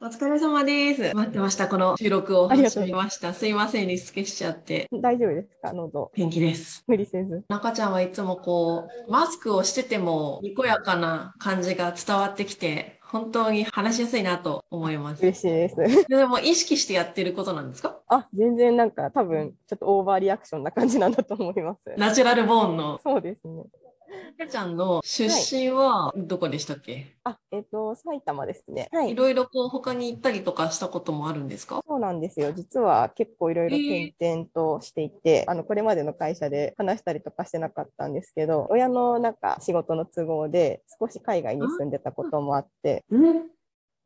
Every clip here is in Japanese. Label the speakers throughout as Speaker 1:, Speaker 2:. Speaker 1: お疲れ様です。待ってました。この収録を
Speaker 2: ありが
Speaker 1: 始
Speaker 2: とう
Speaker 1: めました。すいません、リスケしちゃって。
Speaker 2: 大丈夫ですか喉。
Speaker 1: 元気です。
Speaker 2: 無理せず。
Speaker 1: 中ちゃんはいつもこう、マスクをしてても、にこやかな感じが伝わってきて、本当に話しやすいなと思います。
Speaker 2: 嬉しいです。
Speaker 1: でも、意識してやってることなんですか
Speaker 2: あ、全然なんか多分ちょっとオーバーリアクションな感じなんだと思います。
Speaker 1: ナチュラルボーンの。
Speaker 2: そうですね。
Speaker 1: 中ちゃんの出身はどこでしたっけ、、
Speaker 2: あ、えっ、と、埼玉ですね。はいい。
Speaker 1: ろいろこう、他に行ったりとかしたこともあるんですか
Speaker 2: そうなんですよ。実は結構いろいろ
Speaker 1: えー
Speaker 2: 転々としていて、あの、これまでの会社で話したりとかしてなかったんですけど、親のなんか仕事の都合で少し海外に住んでたこともあって、
Speaker 1: うん。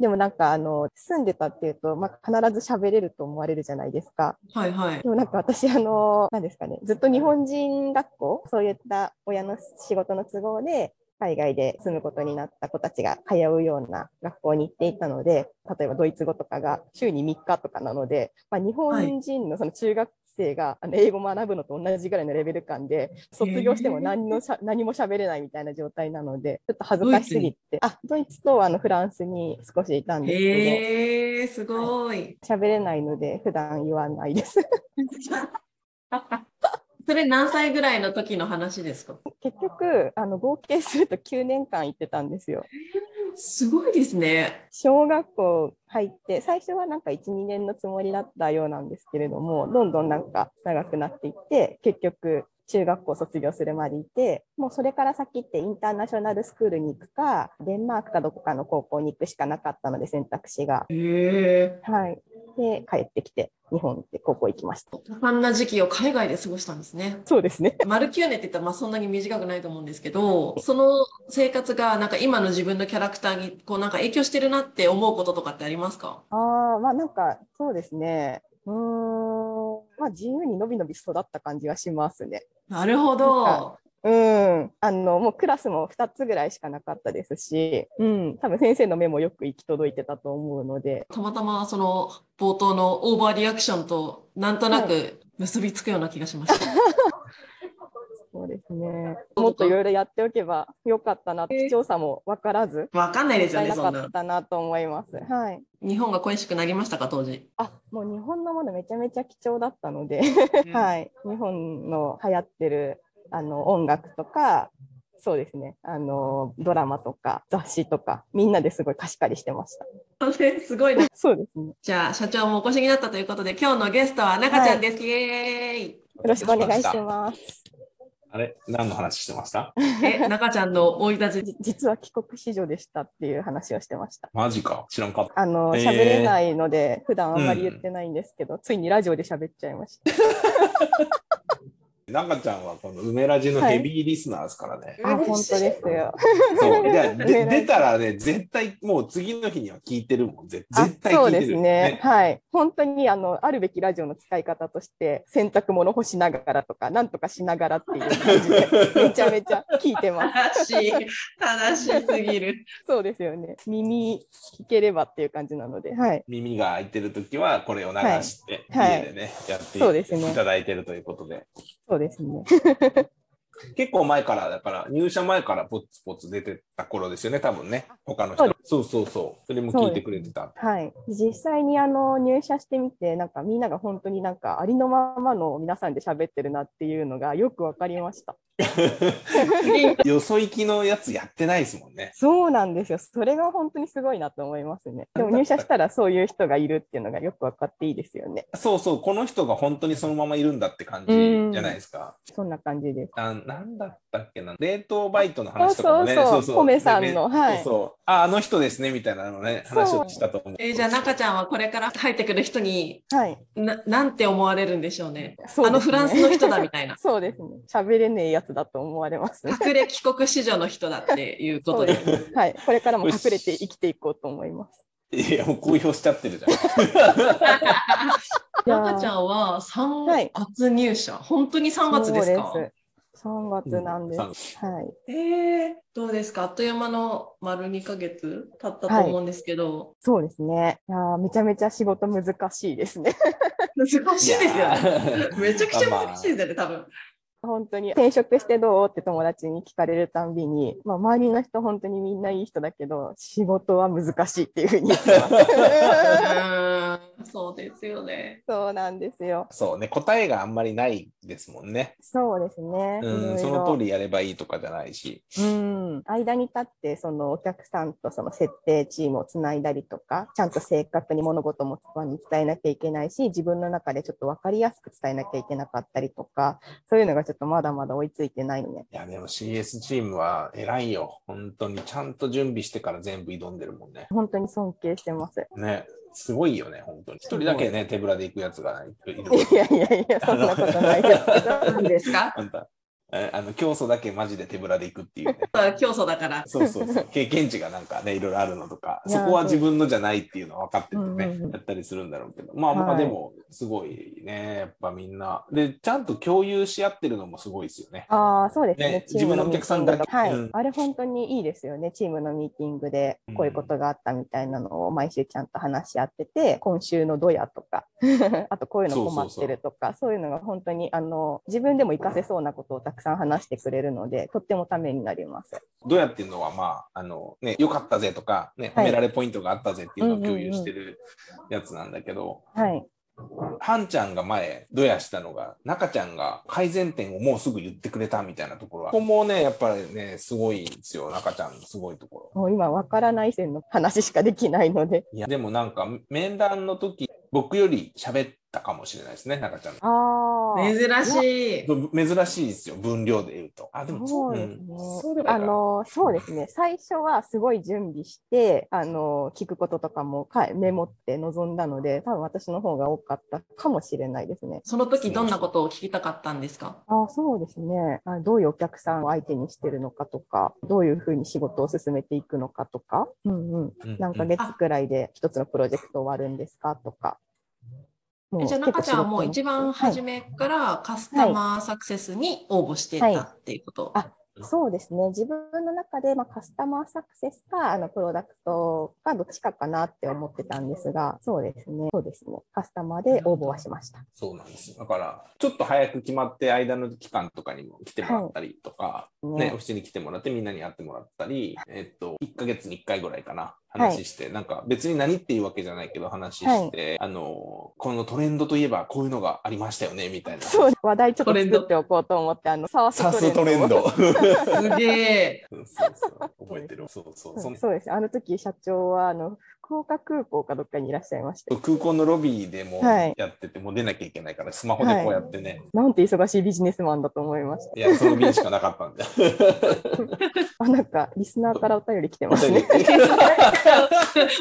Speaker 2: でもなんかあの、住んでたっていうと、まあ、必ず喋れると思われるじゃないですか。
Speaker 1: はいはい
Speaker 2: で。もなんか私、あの、何ですかね、ずっと日本人学校、そういった親の仕事の都合で、海外で住むことになった子たちが通うような学校に行っていたので、例えばドイツ語とかが週に3日とかなので、まあ、日本人のその中学生があの英語学ぶのと同じぐらいのレベル感で、卒業しても何のしゃ何も喋れないみたいな状態なので、ちょっと恥ずかしすぎて、あ、ドイツとあのフランスに少しいたんですけど、
Speaker 1: へえー、すごい。
Speaker 2: 喋れないので、普段言わないです。
Speaker 1: それ何歳ぐらいの時の話ですか
Speaker 2: 結局あの合計すると9年間行ってたんですよ。
Speaker 1: すごいですね。
Speaker 2: 小学校入って最初はなんか12年のつもりだったようなんですけれどもどんどんなんか長くなっていって結局中学校卒業するまでいてもうそれから先ってインターナショナルスクールに行くかデンマークかどこかの高校に行くしかなかったので選択肢が。
Speaker 1: へえ。
Speaker 2: はい、で帰ってきて日本で高校行きました。
Speaker 1: 多感な時期を海外で過ごしたんですね。
Speaker 2: そうですね。
Speaker 1: 丸9年って言ったら、まあ、そんなに短くないと思うんですけど、その生活がなんか今の自分のキャラクターにこうなんか影響してるなって思うこととかってありますか
Speaker 2: ああ、まあなんかそうですね。うーん、まあ自由にのびのび育った感じがしますね。
Speaker 1: なるほ
Speaker 2: なん
Speaker 1: ど。
Speaker 2: うん、あのもうクラスも2つぐらいしかなかったですし、うん、多分先生の目もよく行き届いてたと思うので、
Speaker 1: たまたまその冒頭のオーバーリアクションとなんとなく結びつくような気がしました。
Speaker 2: そうですね、もっといろいろやっておけばよかったな、
Speaker 1: えー
Speaker 2: 貴重さも分からず、
Speaker 1: わかんないですよ
Speaker 2: 伝え
Speaker 1: ね、そ
Speaker 2: なか
Speaker 1: んな
Speaker 2: っ。たなと思います。はい、
Speaker 1: 日本が恋しくなりましたか、当時。
Speaker 2: あもう日本のものめちゃめちゃ貴重だったので、
Speaker 1: い。
Speaker 2: はい、日本の流行ってるあの音楽とか、そうですねあの、ドラマとか雑誌とか、みんなですごい貸し借りしてました。
Speaker 1: それすごいな。
Speaker 2: そうですね
Speaker 1: じゃあ、社長もお越しになったということで、今日のゲストは中ちゃんです。イエーイ。
Speaker 2: よろしくお願いし
Speaker 3: す。
Speaker 2: ます。
Speaker 3: あれ何の話してました
Speaker 1: え、中ちゃんの生い立ち。
Speaker 2: じ実は帰国子女でしたっていう話をしてました。
Speaker 3: マジか。知らんかった。
Speaker 2: あの、
Speaker 3: えー
Speaker 2: 喋れないので、普段あんまり言ってないんですけど、ついにラジオで喋っちゃいました。
Speaker 3: 中ちゃんはこの梅ラジのヘビーリスナーですか らね。
Speaker 2: あ、本当ですよ。
Speaker 3: そう。じゃあ
Speaker 2: 梅ラ
Speaker 3: で
Speaker 2: ジ
Speaker 3: 出たらね、絶対、もう次の日には聞いてるもん。ぜ
Speaker 2: あ
Speaker 3: 絶対
Speaker 2: そ
Speaker 3: 聞
Speaker 2: う
Speaker 3: いてる。
Speaker 2: ですね。はい。本当に、あの、あるべきラジオの使い方として、洗濯物干しながらとか、なんとかしながらっていう感じで、 めちゃめちゃ聞いてま
Speaker 1: 正
Speaker 2: す。
Speaker 1: しい。正しすぎる。
Speaker 2: そうですよね。耳聞ければっていう感じなので、はい。
Speaker 3: 耳が開いてるときはこれを流して、
Speaker 2: はいはい
Speaker 3: 家でね、やって
Speaker 2: そうですね
Speaker 3: いただいてるということで。
Speaker 2: そうですね。
Speaker 3: 結構前から、だから入社前からポツポツ出てた頃ですよね、多分ね。他の人
Speaker 2: そう。
Speaker 3: そうそうそう。それも聞いてくれてた。
Speaker 2: はい、実際にあの入社してみて、なんかみんなが本当になんかありのままの皆さんで喋ってるなっていうのがよくわかりました。
Speaker 3: よそ行きのやつやってないですもんね。
Speaker 2: そうなんですよ。それが本当にすごいなと思いますね。でも入社したらそういう人がいるっていうのがよくわかっていいですよね。
Speaker 3: そうそう、この人が本当にそのままいるんだって感じじゃないですか。
Speaker 2: そんな感じです。
Speaker 3: あなんだったっけな、冷凍バイトの話とかもね、
Speaker 2: そうそうそうコメさんの
Speaker 3: で
Speaker 2: はい
Speaker 3: そうそうあ、あの人ですねみたいなのね、
Speaker 2: そう
Speaker 3: 話をしたと思う。
Speaker 1: えじゃあ、中ちゃんはこれから入ってくる人に、
Speaker 2: はい。
Speaker 1: ななんて思われるんでしょうね。
Speaker 2: そ
Speaker 1: あ
Speaker 2: うですね。
Speaker 1: のフランスの人だみたいな
Speaker 2: そうですね。喋れねえやつだと思われます。
Speaker 1: 隠れ帰国子女の人だっていうこ
Speaker 2: そ
Speaker 1: と
Speaker 2: う
Speaker 1: で。
Speaker 2: ですね。はい。これからも隠れて生きていこうと思います。
Speaker 3: いや、もう公表しちゃってるじゃん。
Speaker 2: じゃあ
Speaker 1: 中ちゃんは
Speaker 2: は
Speaker 1: 3
Speaker 2: い
Speaker 1: 月入社。本当に3月ですか
Speaker 2: そうです。3月なん です。は
Speaker 1: え
Speaker 2: い。
Speaker 1: ー、どうですかあっという間の丸2ヶ月経ったと思うんですけど、
Speaker 2: そうですね。いやーめちゃめちゃ仕事難しいですね。
Speaker 1: 難しいですよね。
Speaker 3: よ
Speaker 1: めちゃくちゃ難しいですよね、多分。
Speaker 2: 本当に転職してどうって友達に聞かれるたんびに、まあ、周りの人本当にみんないい人だけど仕事は難しいっていうふうに言ってます
Speaker 1: うんそうですよね。
Speaker 2: そうなんですよ
Speaker 3: そうね、答えがあんまりないですもんね。
Speaker 2: そうですね
Speaker 3: う
Speaker 2: いろい
Speaker 3: ん、
Speaker 2: ろ
Speaker 3: その通りやればいいとかじゃないし。
Speaker 2: うん、間に立ってそのお客さんとその設定チームをつないだりとかちゃんと正確に物事もあの伝えなきゃいけないし自分の中でちょっと分かりやすく伝えなきゃいけなかったりとかそういうのがちょっとまだまだ追いついてないのね。
Speaker 3: いや、でも CS チームは偉いよ。本当にちゃんと準備してから全部挑んでるもんね。
Speaker 2: 本当に尊敬してます。
Speaker 3: ね、すごいよね、本当に。一人だけね、手ぶらで行くやつがいる。
Speaker 2: いやいやいや、そんなことないです けど。
Speaker 1: 何ですか
Speaker 3: あんた、えあの、競争だけマジで手ぶらで行くっていうね。
Speaker 1: 競争だから。
Speaker 3: そうそ うそう。経験値がなんかね、いろいろあるのとか、
Speaker 2: いや
Speaker 3: そこは自分のじゃないっていうのは分かってるとね、
Speaker 2: うんうんうん
Speaker 3: やったりするんだろうけど。まあま
Speaker 2: は
Speaker 3: あ
Speaker 2: い
Speaker 3: でも、すごいね、やっぱみんな。で、ちゃんと共有し合ってるのもすごいですよね。
Speaker 2: ああ、そうですね。
Speaker 3: ね
Speaker 2: チーム
Speaker 3: 自分のお客さんだけ
Speaker 2: ミーティングはい、
Speaker 3: うん
Speaker 2: あれ本当にいいですよね。チームのミーティングで
Speaker 3: うん
Speaker 2: こういうことがあったみたいなのを毎週ちゃんと話し合ってて、今週のどやとか、 あとこういうの困ってるとか、そういうのが本当にあの自分でも活かせそうなことをたくさん話してくれるので、とってもためになります。
Speaker 3: どうやっていうのは、まあ、あの、ね、良かったぜとか、ね、
Speaker 2: は
Speaker 3: 褒
Speaker 2: い
Speaker 3: められポイントがあったぜっていうのを
Speaker 2: うんうんうん
Speaker 3: 共有してるやつなんだけど、
Speaker 2: はい。
Speaker 3: ハンちゃんが前、ドヤしたのが、中ちゃんが改善点をもうすぐ言ってくれたみたいなところは、ここもね、やっぱりね、すごいんですよ、中ちゃんのすごいところ。
Speaker 2: もう今わからない線の話しかできないので。
Speaker 3: いや、でもなんか、面談の時、僕より喋ったかもしれないですね、中ちゃん。
Speaker 2: ああ。
Speaker 1: 珍しい。
Speaker 3: 珍しいですよ、分量で言うと。あ、でも、
Speaker 2: そうですね
Speaker 3: んそうで。も
Speaker 2: あ
Speaker 3: ないか
Speaker 2: の、そうですね。最初はすごい準備して、あの、聞くこととかもかメモって臨んだので、多分私の方が多かったかもしれないですね。
Speaker 1: その時どんなことを聞きたかったんですか
Speaker 2: あそうですねあ。どういうお客さんを相手にしてるのかとか、どういうふうに仕事を進めていくのかとか、うんうん。
Speaker 3: うん
Speaker 2: 何ヶ月くらいで一つのプロジェクト終わるんですかとか。もう
Speaker 1: えじゃあ中ちゃんはもう一番
Speaker 2: 結構仕事の
Speaker 1: 初めからカスタマーサクセスに応募してたっていうこと。
Speaker 2: はいそうですね。自分の中で、まあ、カスタマーサクセスか、あの、プロダクトか、どっちかかなって思ってたんですが、そうですね。そうですね。カスタマーで応募はしました。
Speaker 3: そうなんですよ。だから、ちょっと早く決まって、間の期間とかにも来てもらったりとか、
Speaker 2: はいね、
Speaker 3: ねオフィスに来てもらって、みんなに会ってもらったり、えっと、1ヶ月に1回ぐらいかな、話して、なんか別に何っていうわけじゃないけど、話して、あの、このトレンドといえば、こういうのがありましたよね、みたいな。
Speaker 2: そう、話題ちょっ
Speaker 1: ト
Speaker 2: と
Speaker 1: レンド
Speaker 2: 作っておこうと思って、あの、サー
Speaker 3: サ
Speaker 2: ス
Speaker 3: ストレンド。。
Speaker 1: すげえ。
Speaker 3: そうそう覚えてる。そうそう。そ
Speaker 2: そう
Speaker 3: の
Speaker 2: そうです。あの時、社長は、あの、福岡空港かどっかにいらっしゃいまして、
Speaker 3: 空港のロビーでも
Speaker 2: はい
Speaker 3: やってて、もう出なきゃいけないから、スマホでこうやってね、
Speaker 2: なんて忙しいビジネスマンだと思いました。
Speaker 3: い、や、その便しかなかったん で。
Speaker 2: あ、なんか、リスナーからお便り来てますね。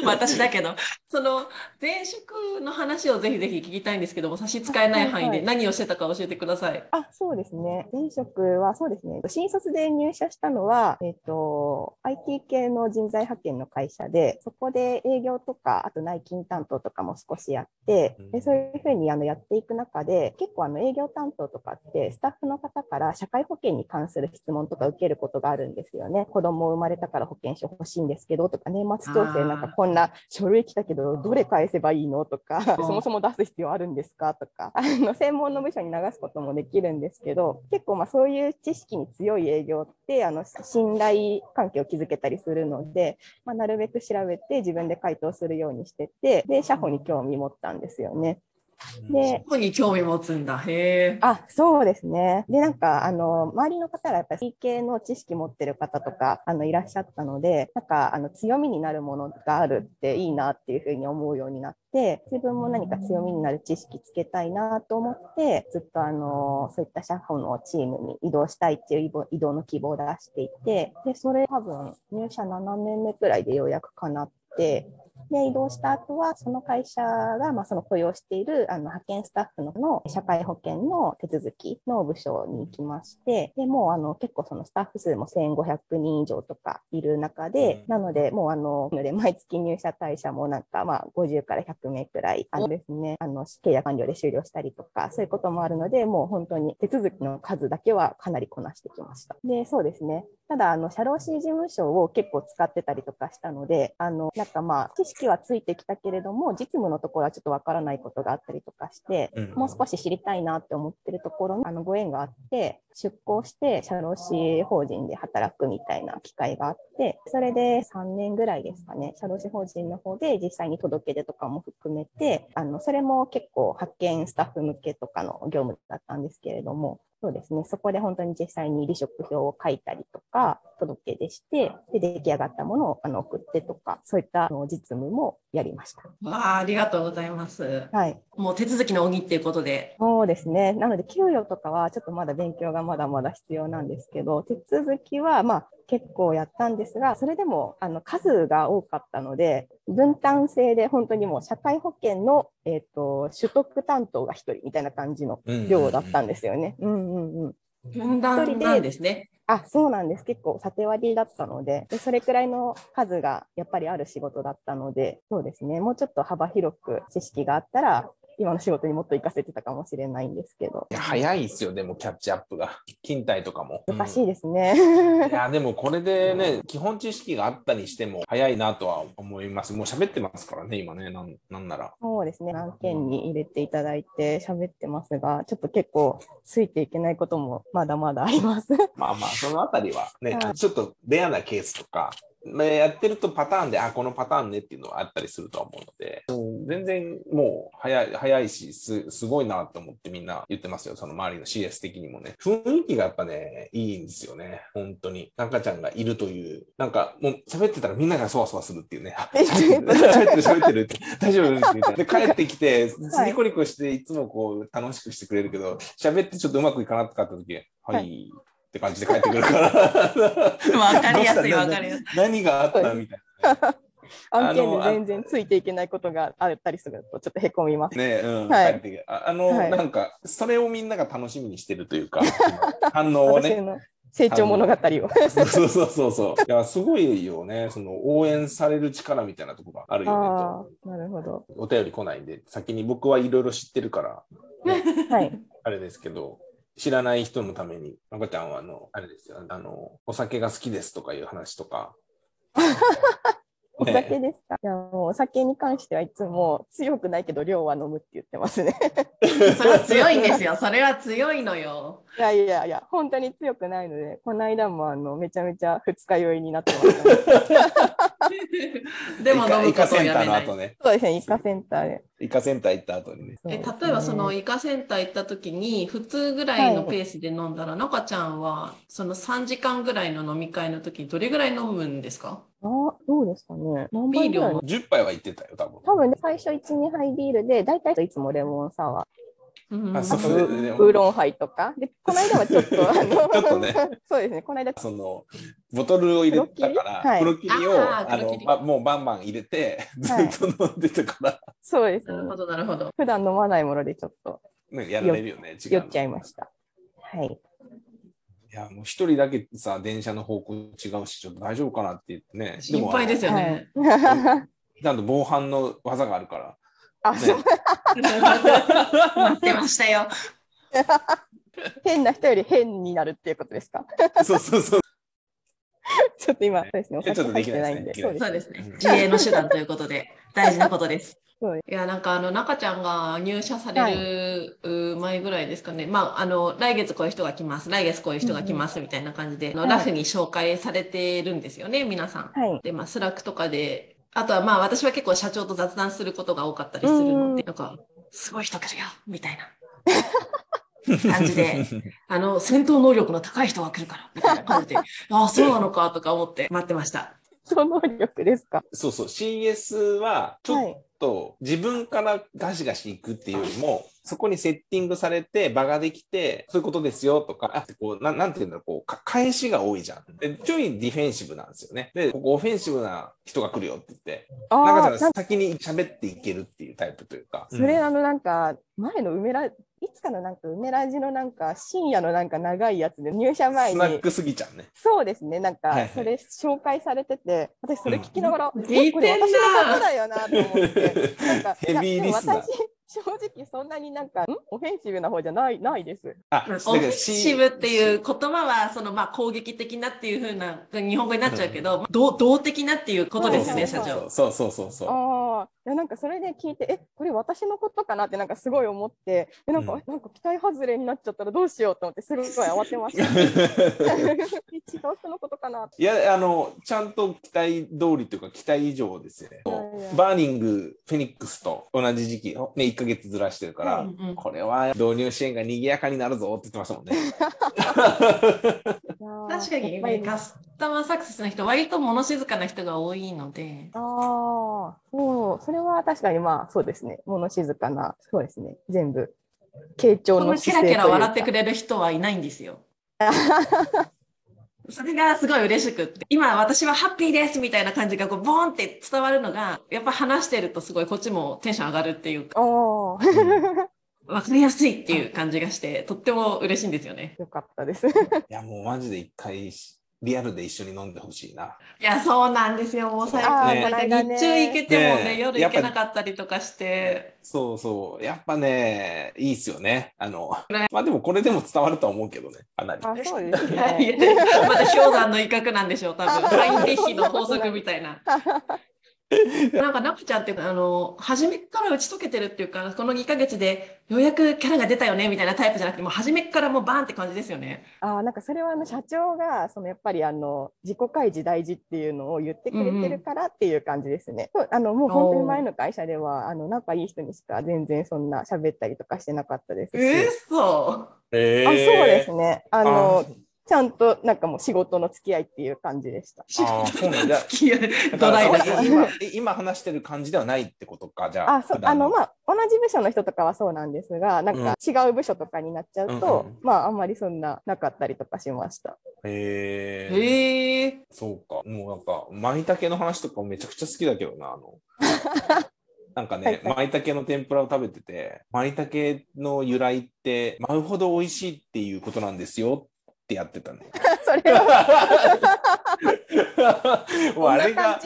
Speaker 1: 私だけど、その前職の話をぜひぜひ聞きたいんですけども、差し支えない範囲
Speaker 2: はい
Speaker 1: で
Speaker 2: はい
Speaker 1: 何をしてたか教えてください。
Speaker 2: あ、そうですね。前職は、そうですね。新卒で入社したのは、えっ、と、IT 系の人材派遣の会社で、そこで営業とか、あと内勤担当とかも少しやって、
Speaker 3: うん
Speaker 2: でそういうふうにあのやっていく中で、結構あの営業担当とかって、スタッフの方から社会保険に関する質問とか受けることがあるんですよね。子供生まれたから保険証欲しいんですけどとか、年末調整なんか
Speaker 1: あー
Speaker 2: こんな書類来たけど、どれ返せばいいのとか、そもそも出す必要あるんですかとか、 あの、専門の部署に流すこともできるんですけど、結構まあそういう知識に強い営業って、あの、信頼関係を築けたりするので、まあ、なるべく調べて自分で回答するようにしてて、で、社保に興味持ったんですよね。で、
Speaker 1: ここに興味持つんだ。へえ。
Speaker 2: あ、そうですね。で、なんか、あの、周りの方がやっぱり C 系の知識持ってる方とか、あの、いらっしゃったので、なんか、あの、強みになるものがあるっていいなっていうふうに思うようになって、自分も何か強みになる知識つけたいなと思って、ずっとあの、そういった社保のチームに移動したいっていう移動移動の希望を出していて、で、それ多分、入社7年目くらいでようやく叶って、で、移動した後は、その会社が、まあ、その雇用している、あの、派遣スタッフのの社会保険の手続きの部署に行きまして、で、もう、あの、結構そのスタッフ数も1500人以上とかいる中で、
Speaker 3: うん
Speaker 2: なので、もう、あの、ので毎月入社退社もなんか、まあ、50から100名くらい、あのですね、あの、契約完了で終了したりとか、そういうこともあるので、もう本当に手続きの数だけはかなりこなしてきました。で、そうですね。ただ、あの、社労士事務所を結構使ってたりとかしたので、あの、なんかまあ、知識はついてきたけれども、実務のところはちょっとわからないことがあったりとかして、
Speaker 3: うん
Speaker 2: もう少し知りたいなって思ってるところに、あの、ご縁があって、出向して、社労士法人で働くみたいな機会があって、それで3年ぐらいですかね、社労士法人の方で実際に届け出とかも含めて、あの、それも結構派遣スタッフ向けとかの業務だったんですけれども、そうですね。そこで本当に実際に離職表を書いたりとか、届け出して、で、出来上がったものをあの送ってとか、そういったあの実務もやりました。
Speaker 1: わあ、ありがとうございます。
Speaker 2: はい。
Speaker 1: もう手続きの鬼っていうことで。
Speaker 2: そうですね。なので、給与とかはちょっとまだ勉強がまだまだ必要なんですけど、手続きはまあ結構やったんですが、それでもあの数が多かったので、分担制で本当にもう社会保険の、えっと取得担当が1人みたいな感じの量だったんですよね。うんうんうん。
Speaker 1: 分断なんですね。
Speaker 2: あ、そうなんです。結構縦割りだったのでで、それくらいの数がやっぱりある仕事だったので、そうですね。もうちょっと幅広く知識があったら、今の仕事にもっと活かせてたかもしれないんですけど
Speaker 3: い。や早いですよ、でもキャッチアップが。勤怠とかも。
Speaker 2: 難
Speaker 3: い
Speaker 2: しいですね。
Speaker 3: いや、でもこれでね、基本知識があったにしても早いなとは思います。もう喋ってますからね、今ね、なんなんなら。
Speaker 2: そうですね。案件に入れていただいて喋ってますが、ちょっと結構ついていけないこともまだまだあ ります。
Speaker 3: まあまあ、そのあたりはね、
Speaker 2: はい
Speaker 3: ちょっとレアなケースとか、まあやってるとパターンで、あ、このパターンねっていうのはあったりするとは思うので、うん全然もう早い、早いし、す、すごいなと思ってみんな言ってますよ。その周りの CS 的にもね。雰囲気がやっぱね、いいんですよね。本当に。赤ちゃんがいるという、なんかもう喋ってたらみんながそわそわするっ ていうね。喋ってる、喋ってるって、大丈夫みたいな。で、帰ってきて、ニコニコして、いつもこう、楽しくしてくれるけど、喋ってちょっとうまくいかなかった時、は、
Speaker 2: はい
Speaker 3: って感じで帰ってくるから。
Speaker 1: わかりやすい、わかりやすい。
Speaker 3: 何があったみたいなね。
Speaker 2: 案件で全然ついていけないことがあったりすると、ちょっとへこみます。
Speaker 3: ねうん、
Speaker 2: はい
Speaker 3: 帰ってくるああの、
Speaker 2: はい
Speaker 3: なんか、それをみんなが楽しみにしてるというか、反応を
Speaker 2: 私
Speaker 3: ね。
Speaker 2: の成長物語を。
Speaker 3: そうそうそうそう。いや、すごいよね。その、応援される力みたいなところがあるよね
Speaker 2: あ
Speaker 3: と。
Speaker 2: あ、なるほど。
Speaker 3: お便り来ないんで、先に僕はいろいろ知ってるから、
Speaker 2: はい。
Speaker 3: あれですけど、知らない人のために、赤ちゃんはあの、あれですよ、あの、お酒が好きですとかいう話とか。
Speaker 2: お
Speaker 3: ね
Speaker 2: 酒ですか、いやもうお酒に関してはいつも強くないけど量は飲むって言ってますね。
Speaker 1: それは強いんですよ。それは強いのよ。
Speaker 2: いやいやいや、本当に強くないので、この間もあのめちゃめちゃ二日酔いになってました、ね。
Speaker 1: でも飲む
Speaker 3: イカ
Speaker 1: ことを
Speaker 3: セン
Speaker 1: やめ
Speaker 3: ターの
Speaker 1: ない
Speaker 3: 後。ね。
Speaker 2: そうですね、イカセンターで。
Speaker 3: イカセンター行った後にね。
Speaker 2: そう
Speaker 1: え
Speaker 2: ですね
Speaker 1: 例えばそのイカセンター行った時に普通ぐらいのペースで飲んだら、のかちゃんはその3時間ぐらいの飲み会の時にどれぐらい飲むんですか
Speaker 2: あどうですかね。何
Speaker 1: ビ
Speaker 2: 杯
Speaker 1: ー
Speaker 2: ぐ
Speaker 1: ル
Speaker 2: らい
Speaker 1: を。
Speaker 3: 10杯は行ってたよ、多分。
Speaker 2: 多分ね、最初1、2杯ビールで、大体いつもレモンサワ
Speaker 1: うん
Speaker 2: ー、
Speaker 3: あ
Speaker 2: あ
Speaker 3: そ
Speaker 2: と
Speaker 3: う
Speaker 2: ウ
Speaker 3: ね
Speaker 2: ーロンハイとか。で、この間はちょっ と、あの、
Speaker 3: ちょっとね
Speaker 2: そうですね、この間、
Speaker 3: そのボトルを入れたから、
Speaker 2: はい
Speaker 3: プロキリを
Speaker 1: あー
Speaker 3: あ
Speaker 1: 黒
Speaker 3: の
Speaker 1: 霧
Speaker 3: ばもうバンバン入れて、
Speaker 2: はい
Speaker 3: ずっと飲んでたから、
Speaker 2: そうです
Speaker 1: な
Speaker 2: ね
Speaker 1: る。ほどなるほど。
Speaker 2: 普段飲まないものでちょっと
Speaker 3: ね、やられるよね、違
Speaker 2: 酔
Speaker 3: う
Speaker 2: っちゃいました。はい。
Speaker 3: いや、もう一人だけさ、電車の方向違うし、ちょっと大丈夫かなって言ってね。
Speaker 1: 心配ですよ
Speaker 2: は
Speaker 1: ね
Speaker 2: い。。
Speaker 3: ちゃんと防犯の技があるから。
Speaker 2: あ、
Speaker 3: ね
Speaker 2: そう。
Speaker 1: 待ってましたよ。
Speaker 2: 変な人より変になるっていうことですか
Speaker 3: そうそうそう。
Speaker 2: ちょっと今、そうですね、お
Speaker 3: いやち
Speaker 2: 酒
Speaker 3: ょ
Speaker 2: 入
Speaker 3: っとで
Speaker 2: っ
Speaker 3: き
Speaker 2: て
Speaker 3: な
Speaker 2: ないい
Speaker 3: で
Speaker 2: ん
Speaker 3: す
Speaker 2: で
Speaker 3: ね。
Speaker 2: そうです
Speaker 1: そうですね
Speaker 3: うん。
Speaker 1: 自衛の手段ということ で、大事なことです
Speaker 2: そうで。
Speaker 1: いや、なんかあの、中ちゃんが入社されるう前ぐらいですかね。まあ、あの、来月こういう人が来ます。来月こういう人が来ます。みたいな感じで、あの
Speaker 2: はい
Speaker 1: ラフに紹介されてるんですよね、皆さん。
Speaker 2: はい。
Speaker 1: で、まあ、スラックとかで、あとはまあ、私は結構社長と雑談することが多かったりするので、なんか、すごい人来るよ、みたいな。感じであの、戦闘能力の高い人が来るから、みたいな感じで、ああ、そうなのか、とか思って待ってました。
Speaker 2: その能力ですか
Speaker 3: そうそう。CS は、ちょっ
Speaker 2: はい。
Speaker 3: と自分からガシガシいくっていうよりも、そこにセッティングされて、場ができて、そういうことですよとか、あこうななんていうんだろう、こうか、返しが多いじゃん。で、ちょいディフェンシブなんですよね。で、ここオフェンシブな人が来るよって言って、
Speaker 2: あ
Speaker 3: 中ちゃん
Speaker 2: あ、
Speaker 3: が先に喋っていけるっていうタイプというか。
Speaker 2: それ
Speaker 3: うん
Speaker 2: あのなんか前の梅ラいつかのなんか梅ラジのなんか深夜のなんか長いやつで入社前
Speaker 3: スナッ
Speaker 2: に
Speaker 3: クすぎちゃんね。
Speaker 2: そうですねなん
Speaker 3: はいは
Speaker 2: か
Speaker 3: い
Speaker 2: それ紹介されてて私それ聞きながら、
Speaker 1: うん
Speaker 2: えこれ
Speaker 1: 聞いてん
Speaker 2: 私
Speaker 1: な
Speaker 2: のことだよなと思ってなんか
Speaker 3: ヘビー
Speaker 2: いやでも
Speaker 3: リスナー
Speaker 2: 私正直そんなになんか、んオフェンシブな方じゃない、ないです。
Speaker 3: あ、だ
Speaker 1: オ
Speaker 3: か
Speaker 1: フ
Speaker 3: ら
Speaker 1: ェン
Speaker 3: C-
Speaker 1: シブっていう言葉は、そのまあ攻撃的なっていう風な日本語になっちゃうけど、動動的なっていうことですよね、
Speaker 2: そ
Speaker 1: 社
Speaker 2: うそうそう
Speaker 1: 長。
Speaker 3: そうそうそうそ う。
Speaker 2: ああ、いやなんかそれで聞いて、え、これ私のことかなってなんかすごい思って、えなんか、
Speaker 3: うん
Speaker 2: えなんか期待外れになっちゃったらどうしようと思って、すごい慌てました。 違う人のことかなって。
Speaker 3: いや、あの、ちゃんと期待通りというか、期待以上ですよね。
Speaker 2: いやいや
Speaker 3: バーニング、フェニックスと同じ時期をね、1ヶ月ずらしてるから、
Speaker 2: うん
Speaker 1: うん
Speaker 3: これは導入支援が賑やかになるぞって言ってまし たもんね。
Speaker 1: 確かに、
Speaker 2: あ
Speaker 1: ね、カスタマーサクセスの人、割と物静かな人が多いので、
Speaker 2: あー、そう、それは確かにまあそうですね。物静かな、そうですね。全部、傾聴
Speaker 1: こ
Speaker 2: の
Speaker 1: のキ
Speaker 2: 姿
Speaker 1: ラ
Speaker 2: 勢
Speaker 1: キ
Speaker 2: という
Speaker 1: ラ
Speaker 2: か
Speaker 1: 笑ってくれる人はいないんです よ。それがすごい嬉しくって、今私はハッピーですみたいな感じがこうボーンって伝わるのが、やっぱ話してるとすごいこっちもテンション上がるっていうか、
Speaker 2: あー
Speaker 1: わかりやすいっていう感じがして、とっても嬉しいんですよね。
Speaker 2: よかっ たです。
Speaker 3: いや、もうマジで一回、リアルで一緒に飲んでほしいな。
Speaker 1: いや、そうなんですよ。もう最
Speaker 2: あ
Speaker 1: 近、な
Speaker 3: ー
Speaker 1: んか
Speaker 2: これ
Speaker 1: 日
Speaker 2: がね
Speaker 1: 中行けてもね、
Speaker 3: ね
Speaker 1: 夜行けなかったりとかして、
Speaker 3: そうそう。やっぱね、いいっすよね。あの、まあでもこれでも伝わるとは思うけどね、かなり。
Speaker 2: あそうです
Speaker 1: いや い
Speaker 2: ね。
Speaker 1: やまだ氷山の威嚇なんでしょう、多 分。ラインデッヒの法則みたいな。なんか、ナプちゃんって、あの、初めから打ち解けてるっていうか、この2ヶ月で、ようやくキャラが出たよね、みたいなタイプじゃなくて、もう初めからもうバーンって感じですよね。
Speaker 2: あーなんかそれはあの社長がそのやっぱりあの自己開示大事っていうのを言ってくれてるからっていう感じですね。そうあのもう本当に前の会社ではあの仲いい人にしか全然そんな喋ったりとかしてなかったですし。
Speaker 1: うそ
Speaker 3: え
Speaker 2: あそうですね。あ
Speaker 3: あ
Speaker 2: の
Speaker 3: の、
Speaker 2: ちゃんとなんかもう仕事の付き合いっていう感じでした。
Speaker 3: あーそうなん だ
Speaker 1: 好きや
Speaker 3: だ
Speaker 1: ド
Speaker 3: か
Speaker 1: ライ
Speaker 3: ら
Speaker 1: だ
Speaker 3: そう今今話してる感じではないってことか、じゃあ。
Speaker 2: あ、そう
Speaker 3: 普、
Speaker 2: あ
Speaker 3: 段
Speaker 2: の、まあ、同じ部署の人とかはそうなんですが、なんか違う部署とかになっちゃうと、
Speaker 3: うんうん
Speaker 2: まあ、あんまりそんななかったりとかしま した。
Speaker 3: へー
Speaker 1: へえ
Speaker 3: そうか。もうなんか、舞茸の話とかめちゃくちゃ好きだけどな、あの。なんか
Speaker 2: は
Speaker 3: ね
Speaker 2: い、は
Speaker 3: 舞茸の天ぷらを食べてて、舞茸の由来って、舞うほど美味しいっていうことなんですよってやってた ね。
Speaker 2: それは、
Speaker 3: もうあれが、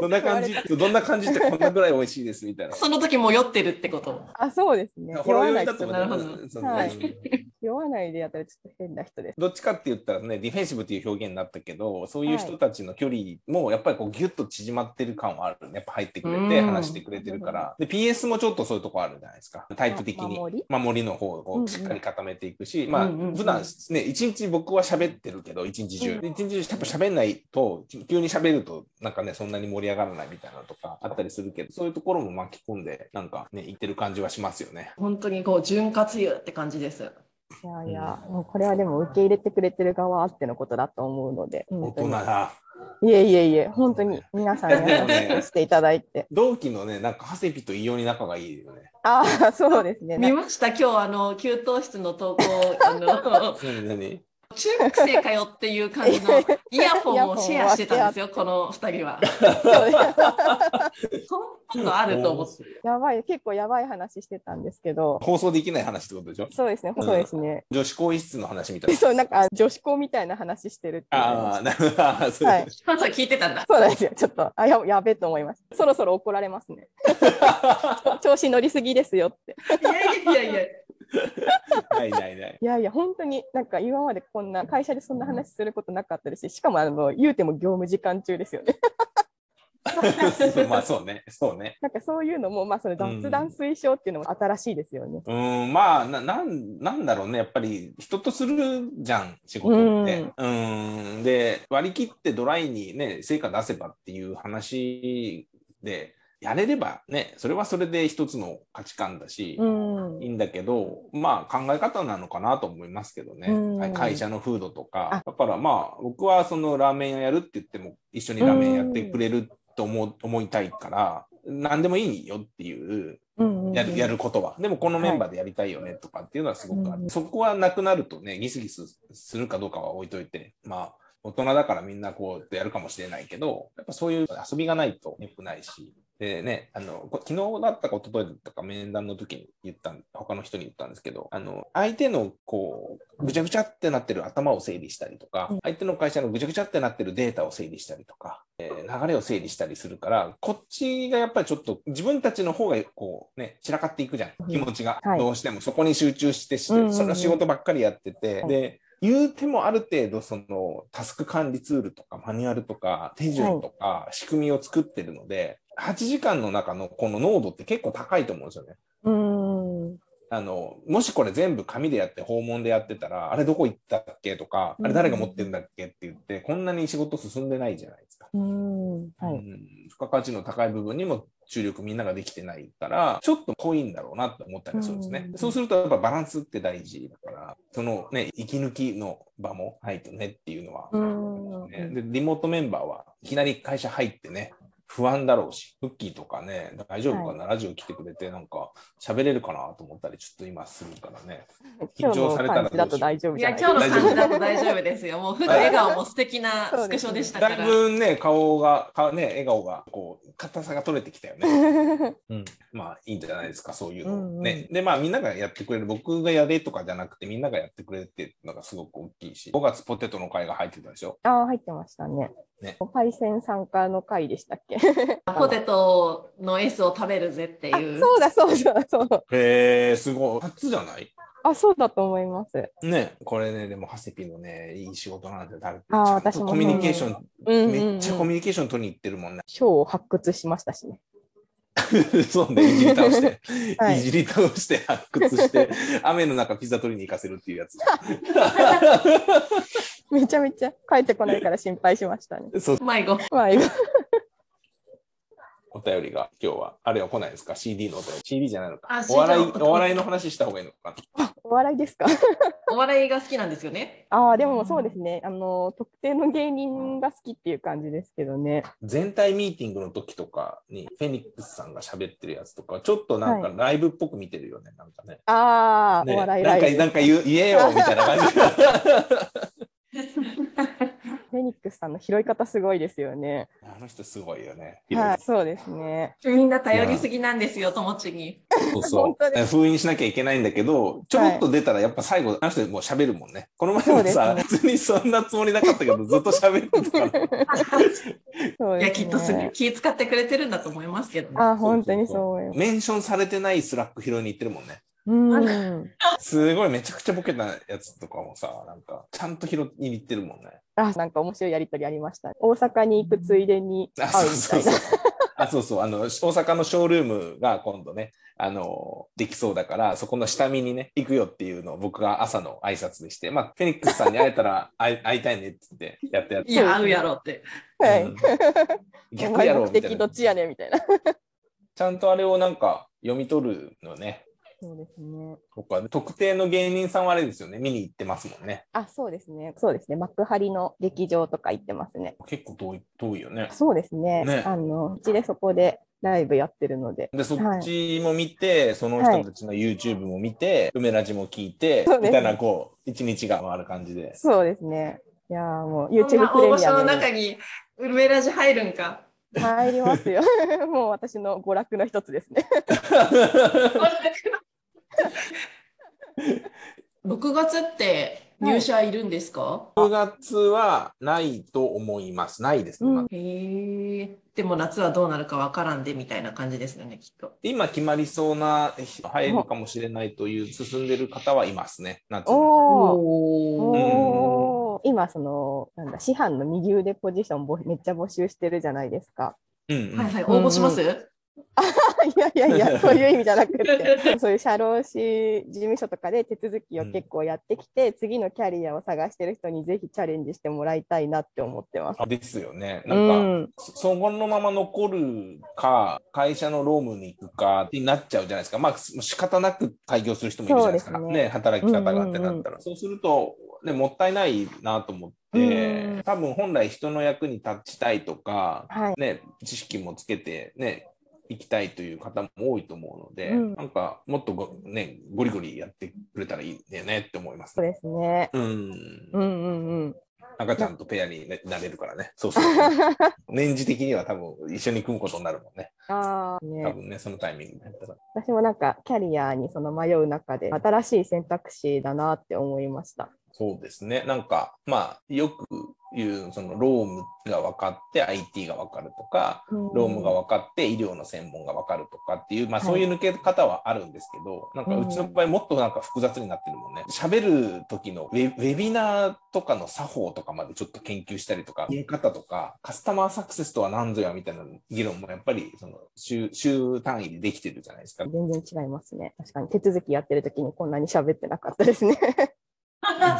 Speaker 2: こんな感じ
Speaker 3: どんな感じどんな感じってこんなぐらい美味しいですみた いな。
Speaker 1: その時も酔ってるってこと。
Speaker 2: あ、そうですね。
Speaker 3: ほ
Speaker 2: 酔
Speaker 3: ろ
Speaker 2: わ
Speaker 3: 酔
Speaker 2: ないい
Speaker 3: だと
Speaker 2: 人
Speaker 3: 思
Speaker 1: 思うな
Speaker 3: うね
Speaker 1: るほど
Speaker 3: そうそう
Speaker 2: はい
Speaker 3: うん
Speaker 2: 酔わないでやったらちょっと変な人です。
Speaker 3: どっちかって言ったらね、ディフェンシブっていう表現になったけど、そういう
Speaker 2: は
Speaker 3: 人
Speaker 2: い
Speaker 3: たちの距離もやっぱりこうギュッと縮まってる感はあるね。やっぱ入ってくれて
Speaker 1: うん
Speaker 3: 話してくれてるから。で、PS もちょっとそういうとこあるじゃないですか。タイプ的に。
Speaker 2: 守り
Speaker 3: 守りの方を
Speaker 2: うん
Speaker 3: こ
Speaker 2: うん
Speaker 3: うしっかり固めていくし、まあ、
Speaker 1: うんうんうん
Speaker 3: 普段ね、一日僕は喋ってるけど、一日
Speaker 2: う
Speaker 3: 中。
Speaker 2: ん
Speaker 3: で一日中やっぱ喋んないと、急に喋るとなんかね、そんなに盛り上がらないみたいなのとかあったりするけど、そういうところも巻き込んで、なんかね、いってる感じはしますよね。
Speaker 1: 本当にこう、潤滑油って感じです。
Speaker 2: いやいや、もうこれはでも受け入れてくれてる側あってのことだと思うので、
Speaker 3: 大
Speaker 2: 本当
Speaker 3: 人
Speaker 2: に。
Speaker 3: だ。
Speaker 2: いえいえいえ、本当に皆さん優しくしていただいて。
Speaker 3: 同期のね、なんか、ハセピと異様に仲がいいよね。
Speaker 2: ああ、そうですね。
Speaker 1: 見ました今日、あの、給湯室の投稿、あ の、
Speaker 3: 何何
Speaker 1: 中学生かよっていう感じ のイヤホンをシェアしてたんですよ、この2人は。そんなのあると思って。
Speaker 2: やばい、結構やばい話してたんですけど、
Speaker 3: 放送できない話ってことでしょ
Speaker 2: そうですね、
Speaker 3: うん
Speaker 2: そうですね。
Speaker 3: 女子更衣室の 話みたいな。
Speaker 2: そう、なんか女子校みたいな話してるっていう
Speaker 3: ああ、なるほど。あーそういうこと
Speaker 1: そうそう聞いてたんだ。
Speaker 2: そうなんですよ、ちょっと、あややべえと思いました。そろそろ怒られます ね。調子乗りすぎですよって。
Speaker 1: いやいやいやい
Speaker 3: ないないない。
Speaker 2: いやいや、本当になんか今までこんな会社でそんな話することなかったですし、しかもあの言うても業務時間中ですよね。
Speaker 3: そうまあそうね、そうね。
Speaker 2: なんかそういうのも、まあ、その雑談推奨っていうのも新しいですよね。
Speaker 3: うーん、まあな、なん、なんだろうね。やっぱり人とするじゃん、仕事って。うーん。で、割り切ってドライにね、成果出せばっていう話で、やれればね、それはそれで一つの価値観だし、
Speaker 2: うん。
Speaker 3: いいんだけど、まあ考え方なのかなと思いますけどね。
Speaker 2: うん
Speaker 3: はい会社の風土とか。
Speaker 2: あ
Speaker 3: だからまあ僕はそのラーメン屋やるって言っても一緒にラーメンやってくれると思う思いたいから、何でもいいよっていう、
Speaker 2: うんうん
Speaker 3: やるやることは。でもこのメンバーでやりたいよねとかっていうのはすごくある。そこはなくなるとね、ギスギスするかどうかは置いといて、まあ大人だからみんなこうやるかもしれないけど、やっぱそういう遊びがないと良くないし、でね、あの、こ昨日だったか一昨日だったか面談の時に言ったん、他の人に言ったんですけど、あの、相手のこう、ぐちゃぐちゃってなってる頭を整理したりとか、相手の会社のぐちゃぐちゃってなってるデータを整理したりとか、えー流れを整理したりするから、こっちがやっぱりちょっと自分たちの方がこうね、散らかっていくじゃん、
Speaker 2: ん
Speaker 3: 気持ちが。
Speaker 2: はい
Speaker 3: どうしてもそこに集中してし
Speaker 2: うんうんうん
Speaker 3: その仕事ばっかりやってて、
Speaker 2: はい
Speaker 3: で、言うてもある程度そのタスク管理ツールとかマニュアルとか手順とか仕組みを作ってるので、8時間の中のこの濃度って結構高いと思うんですよね。
Speaker 2: うん。
Speaker 3: あの、もしこれ全部紙でやって訪問でやってたら、あれどこ行ったっけとか、あれ誰が持ってんだっけって言って、こんなに仕事進んでないじゃないですか。
Speaker 2: うん。は
Speaker 3: う
Speaker 2: い。
Speaker 3: ん付加価値の高い部分にも注力みんなができてないから、ちょっと濃いんだろうなって思ったりするんですね。
Speaker 2: うん
Speaker 3: そうするとやっぱバランスって大事だから、そのね、息抜きの場もないとねっていうのは、
Speaker 2: うん
Speaker 3: ねで、リモートメンバーはいきなり会社入ってね、不安だろうし、フッキーとかね、大丈夫かな、ラジオ来てくれて、なんか喋れるかなと思ったり、ちょっと今するからね。
Speaker 2: 今
Speaker 3: 緊
Speaker 2: 日
Speaker 3: 張
Speaker 2: の
Speaker 3: されたら
Speaker 2: 感じだと大丈夫
Speaker 1: い
Speaker 2: じゃ
Speaker 1: や、今日の
Speaker 2: ない
Speaker 3: 大丈
Speaker 1: 感
Speaker 3: 夫
Speaker 1: じだと大丈夫ですよ。もう、普段笑顔も素敵なスクショでしたか
Speaker 3: だい
Speaker 1: ら。
Speaker 3: ぶね、顔が、かね、笑顔が、こう、硬さが取れてきたよね。うん、まあいいんじゃないですか、そういうの、
Speaker 2: うんうん
Speaker 3: ね。で、まあみんながやってくれる、僕がやれとかじゃなくて、みんながやってくれるっていうのがすごく大きいし、5月ポテトの会が入ってたでしょ。
Speaker 2: ああ、入ってましたね。
Speaker 3: ね
Speaker 2: パイセン参加の回でしたっけ
Speaker 1: ポテトの S を食べるぜって
Speaker 2: あ
Speaker 1: いう。
Speaker 2: そうだ、そうだ、そうだ。
Speaker 3: へえ、すごい。初じゃない
Speaker 2: あ、そうだと思います。
Speaker 3: ね、これね、でも、ハセピのね、いい仕事なんで、誰ち
Speaker 2: あー
Speaker 3: ゃんと
Speaker 2: 私も
Speaker 3: コミュニケーション、
Speaker 2: うんうんうん
Speaker 3: めっちゃコミュニケーション取りに行ってるもんね。
Speaker 2: 賞を発掘しましたしね。
Speaker 3: そうね、いじり倒して、、
Speaker 2: はいい
Speaker 3: じり倒して、発掘して、雨の中ピザ取りに行かせるっていうやつ。
Speaker 2: めちゃめちゃ帰ってこないから心配しましたね。
Speaker 3: そう、
Speaker 1: 迷子。
Speaker 2: まあ、今
Speaker 3: お便りが今日は、あれは来ないですか ?CD のお便り。CD じゃないのか
Speaker 1: あ。
Speaker 3: お笑い、
Speaker 1: CD
Speaker 3: お笑いの話した方がいいのかな。
Speaker 2: お笑いですか
Speaker 1: お笑いが好きなんですよね。
Speaker 2: ああ、でもそうですね。あの、特定の芸人が好きっていう感じですけどね。
Speaker 3: 全体ミーティングの時とかに、フェニックスさんが喋ってるやつとか、ちょっとなんか
Speaker 2: は
Speaker 3: ライブっぽく見てるよね、なんかね。
Speaker 2: ああ、
Speaker 3: ね
Speaker 2: お笑いラ
Speaker 3: なんか
Speaker 2: イブ。
Speaker 3: なんか言う言えよみたいな感じ。
Speaker 2: フェニックスさんの拾い方すごいですよね。
Speaker 3: あの人すごいよね。
Speaker 2: はい、そうですね。
Speaker 1: みんな頼りすぎなんですよ、友達に。
Speaker 3: そうそ
Speaker 2: 本当
Speaker 3: う。
Speaker 2: です
Speaker 3: 封印しなきゃいけないんだけど、ちょろっと出たらやっぱ最後、あの人もう喋るもんね。この前もさ、
Speaker 2: そうで
Speaker 3: 別にそんなつもりなかったけど、ずっと喋ってたから。
Speaker 2: そう
Speaker 1: い
Speaker 2: ですね。
Speaker 1: や、きっとすぐ気使ってくれてるんだと思いますけどね。
Speaker 2: ああ、本当にそう思います。
Speaker 3: メンションされてないスラック拾いに行ってるもんね。
Speaker 2: うん。
Speaker 3: すごいめちゃくちゃボケたやつとかもさ、なんか、ちゃんと拾いに行ってるもんね。
Speaker 2: あ、なんか面白いやりとりありました。大阪に行くついでに
Speaker 3: あ、
Speaker 2: 会
Speaker 3: そうう
Speaker 2: み
Speaker 3: そ
Speaker 2: た
Speaker 3: う
Speaker 2: いな
Speaker 3: そう。。 あ、そうそう。あの、大阪のショールームが今度ね、あの、できそうだから、そこの下見にね、行くよっていうのを僕が朝の挨拶でして、まあ、フェニックスさんに会えたら 会い会いたいねって言ってやってやって。
Speaker 1: いや、合うやろって。
Speaker 2: はい
Speaker 3: うん。
Speaker 2: お
Speaker 3: 逆
Speaker 2: 前
Speaker 3: やろ
Speaker 2: 目
Speaker 3: みたい
Speaker 2: 的ど
Speaker 3: な。
Speaker 2: っちやねんみたいな。
Speaker 3: ちゃんとあれをなんか読み取るのね。
Speaker 2: そうですね。
Speaker 3: 僕は特定の芸人さんはあれですよね。見に行ってますもんね。
Speaker 2: あ、そうですね。そうですね。幕張の劇場とか行ってますね。
Speaker 3: 結構遠い、遠いよね。
Speaker 2: そうですね。
Speaker 3: ね
Speaker 2: あの、うちでそこでライブやってるので。
Speaker 3: で、そっちも見て、その人たちの YouTube も見て、梅ラジも聞いて、
Speaker 2: そうで
Speaker 3: み
Speaker 2: す
Speaker 3: たいな、こう、一日が回る感じ で。
Speaker 2: そうですね。いやーもう
Speaker 1: そん
Speaker 2: YouTube
Speaker 1: な
Speaker 2: プレ
Speaker 1: 大御
Speaker 2: ミ
Speaker 1: 所
Speaker 2: ア
Speaker 1: の
Speaker 2: ム
Speaker 1: 中
Speaker 2: に
Speaker 1: に、ウルメラジ入るんか。
Speaker 2: 入りますよ。 もう私の娯楽の一つですね。
Speaker 1: 6月って入社いるんですか、
Speaker 3: 6月はないと思います。ないですね。
Speaker 2: うん
Speaker 3: まあ
Speaker 1: へえ。でも夏はどうなるかわからんでみたいな感じですよね、きっと。
Speaker 3: 今決まりそうな、入るかもしれないという進んでる方はいますね。夏に
Speaker 2: おー
Speaker 1: おー
Speaker 2: おー今そのなんだ師範の右腕ポジションぼめっちゃ募集してるじゃないですか。
Speaker 3: うんうん
Speaker 1: はいはい、応募します、
Speaker 2: いやいやいや、 そういう意味じゃなくって、そういう社労士事務所とかで手続きを結構やってきて、次のキャリアを探してる人にぜひチャレンジしてもらいたいなって思ってます。
Speaker 3: あですよね。
Speaker 2: う
Speaker 3: なんか、
Speaker 2: ん、
Speaker 3: そそこのまま残るか、会社の労務に行くかになっちゃうじゃないですか。まあ、す仕方なく開業する人もいるじゃないですか。
Speaker 2: そう
Speaker 3: ね
Speaker 2: ですね
Speaker 3: 働き方がってなったら。
Speaker 2: うんうん
Speaker 3: そうすると、ね、もったいないなと思って、
Speaker 2: うん
Speaker 3: 多分本来人の役に立ちたいとか、
Speaker 2: はい。
Speaker 3: ね、知識もつけて、ね、行きたいという方も多いと思うので、
Speaker 2: うん
Speaker 3: なんかもっとご、ね、ゴリゴリやってくれたらいいんだよねって思います
Speaker 2: そう。ですね。
Speaker 3: うん
Speaker 2: うんうんうん。
Speaker 3: 赤ちゃんとペアになれるからね。そうそう。年次的には多分一緒に組むことになるもんね。
Speaker 2: ああ、
Speaker 3: 多
Speaker 2: ね、
Speaker 3: 分ね、そのタイミングで。
Speaker 2: 私もなんかキャリアにその迷う中で新しい選択肢だなって思いました。
Speaker 3: そうですね。なんか、まあ、よく言う、その、ロームが分かって IT が分かるとか、ロームが分かって医療の専門が分かるとかっていう、まあ
Speaker 2: はい
Speaker 3: そういう抜け方はあるんですけど、なんかうちの場合もっとなんか複雑になってるもんね。喋る時のウェウェビナーとかの作法とかまでちょっと研究したりとか、言い方とか、カスタマーサクセスとは何ぞやみたいな議論もやっぱりその週、週単位でできてるじゃないですか。
Speaker 2: 全然違いますね。確かに手続きやってる時にこんなに喋ってなかったですね。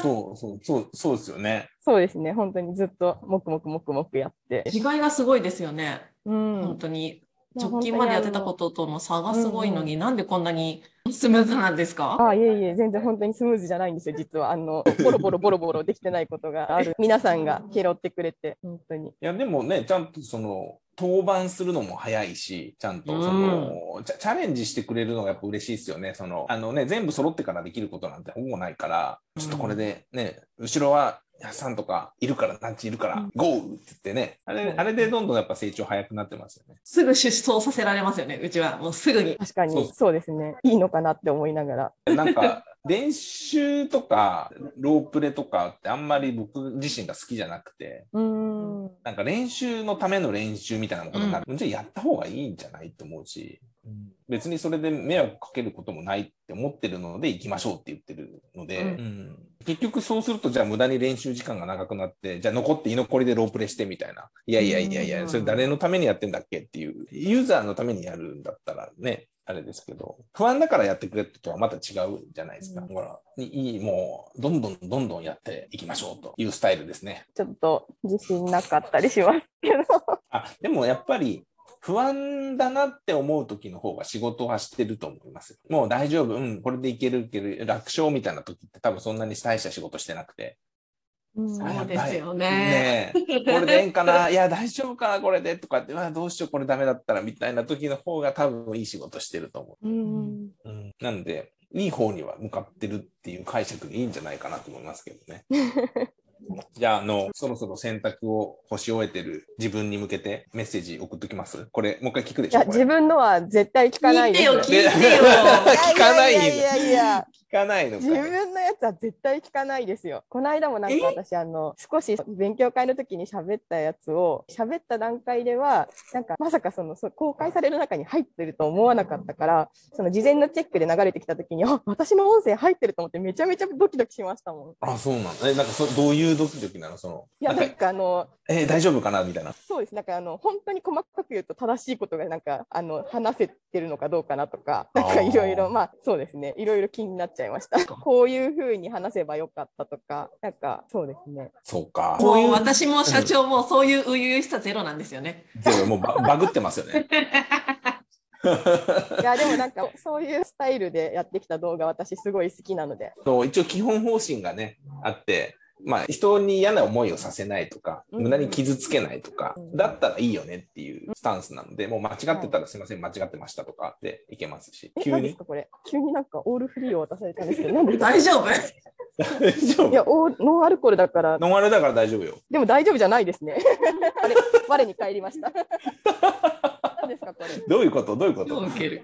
Speaker 3: そうそう、そう、そうですよね。
Speaker 2: そうですね。本当にずっともくもくもくもくやって。
Speaker 1: 違いがすごいですよね。
Speaker 2: うん。。
Speaker 1: 本当に。直近までやってたことととの差がすごいのに、なんでこんなにスムーズなんですか
Speaker 2: ああいえいえ、全然本当にスムーズじゃないんですよ、実は。あの、ボロボロボロボロできてないことが ある。皆さんが拾ってくれて、本当に。
Speaker 3: いや、でもね、ちゃんとその、登板するのも早いし、ちゃんとその、チャチャレンジしてくれるのがやっぱ嬉しいですよね。その、あのね、全部揃ってからできることなんてほぼないから、ちょっとこれでね、後ろは、さんとかいるから、団地いるか
Speaker 2: う
Speaker 3: ら
Speaker 2: ん、
Speaker 3: ゴーって言ってね、あれ、あれでどんどんやっぱ成長早くなってますよね。
Speaker 1: すぐ出走させられますよね、うちは。もうすぐに。
Speaker 2: 確か
Speaker 3: そう
Speaker 2: に、そうですね。いいのかなって思いながら。
Speaker 3: なん か、練習とか、ロープレとかってあんまり僕自身が好きじゃなくて、
Speaker 2: うーん。
Speaker 3: なんか練習のための練習みたいなことになる。じゃあやった方がいいんじゃないと思うし、別にそれで迷惑かけることもないって思ってるので行きましょうって言ってるので、
Speaker 1: うん
Speaker 3: うん結局そうするとじゃあ無駄に練習時間が長くなって、じゃあ残って居残りでロープレしてみたいな。いやいやいやいや、それ誰のためにやってんだっけっていう、ユーザーのためにやるんだったらね、あれですけど、不安だからやってくれとはまた違うじゃないですか。
Speaker 2: うん
Speaker 3: だから、いい、もう、どんどんどんどんやっていきましょうというスタイルですね。
Speaker 2: ちょっと自信なかったりしますけど。
Speaker 3: あ、でもやっぱり不安だなって思う時の方が仕事はしてると思います。もう大丈夫、うん、これでいけるいける、楽勝みたいな時って多分そんなに大した仕事してなくて。
Speaker 1: そうですよね。
Speaker 3: ねえ、これでええんかな、いや、大丈夫かな、これでとかって、うわ、どうしよう、これダメだったらみたいな時の方が多分いい仕事してると思
Speaker 2: うん。
Speaker 3: う。うん、なんで、いい方には向かってるっていう解釈でいいんじゃないかなと思いますけど ね。じゃあ、あの、そろそろ選択を干し終えてる自分に向けてメッセージ送っときます。これ、もう一回聞くで
Speaker 2: い
Speaker 3: しょ
Speaker 2: や、
Speaker 3: これ
Speaker 2: 自分のは絶対聞かない
Speaker 1: 聞い
Speaker 2: で
Speaker 1: て
Speaker 2: す。
Speaker 1: よ、聞いてよ。
Speaker 3: 聞かない
Speaker 2: いやいやいやいや。
Speaker 3: 聞かないのか
Speaker 2: 自分のやつは絶対聞かないですよ。この間もなんか私あの少し勉強会の時に喋ったやつを喋った段階ではなんかまさかそのそう公開される中に入ってると思わなかったからその事前のチェックで流れてきた時にあ私の音声入ってると思ってめちゃめちゃドキドキしましたもん。
Speaker 3: あ、そうなのえ、なんかそ、どういうドキドキなのその、
Speaker 2: いや
Speaker 3: なん
Speaker 2: な
Speaker 3: か
Speaker 2: ん、かあの
Speaker 3: えー大丈夫かなみたいな。
Speaker 2: そうですなんかあの本当に細かく言うと正しいことがなんかあの話せてるのかどうかなとかなんかいろい
Speaker 3: あ
Speaker 2: ろ
Speaker 3: ー
Speaker 2: まあそうですねいろいろ気になっちゃいました。こういう風に話せばよかったとかなんかそうですね。
Speaker 3: そうか。こうい
Speaker 1: もう
Speaker 3: う、
Speaker 1: 私も社長もそういう初々しさゼロなんですよね。
Speaker 3: ゼロもうババグってます よね。
Speaker 2: いやでもなんかそういうスタイルでやってきた動画私すごい好きなので、
Speaker 3: の一応基本方針がね、あって、まあ、人に嫌な思いをさせないとか、
Speaker 2: うん
Speaker 3: 無駄に傷つけないとか、
Speaker 2: うん
Speaker 3: だったらいいよねっていうスタンスなので、もう間違ってたらすいません、間違ってましたとかでいけますし、
Speaker 2: え
Speaker 3: 急
Speaker 2: 何です
Speaker 3: に。
Speaker 2: かこれ急になんかオールフリーを渡されたんですけどなんで
Speaker 1: 大丈夫
Speaker 3: 大丈
Speaker 2: いや
Speaker 3: 夫
Speaker 2: オーノンアルコールだから
Speaker 3: ノンアルだから大丈夫よ。
Speaker 2: でも大丈夫じゃないですね あれ我に返りました 何ですかこれ
Speaker 3: どういうことどういうこ
Speaker 1: 超
Speaker 3: と
Speaker 1: ウケる。